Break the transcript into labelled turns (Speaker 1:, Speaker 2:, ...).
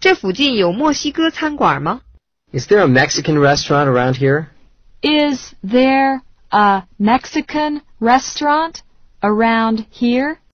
Speaker 1: 这附近有墨西哥餐馆吗
Speaker 2: Is there a Mexican restaurant around here?
Speaker 3: Is there a Mexican restaurant around here?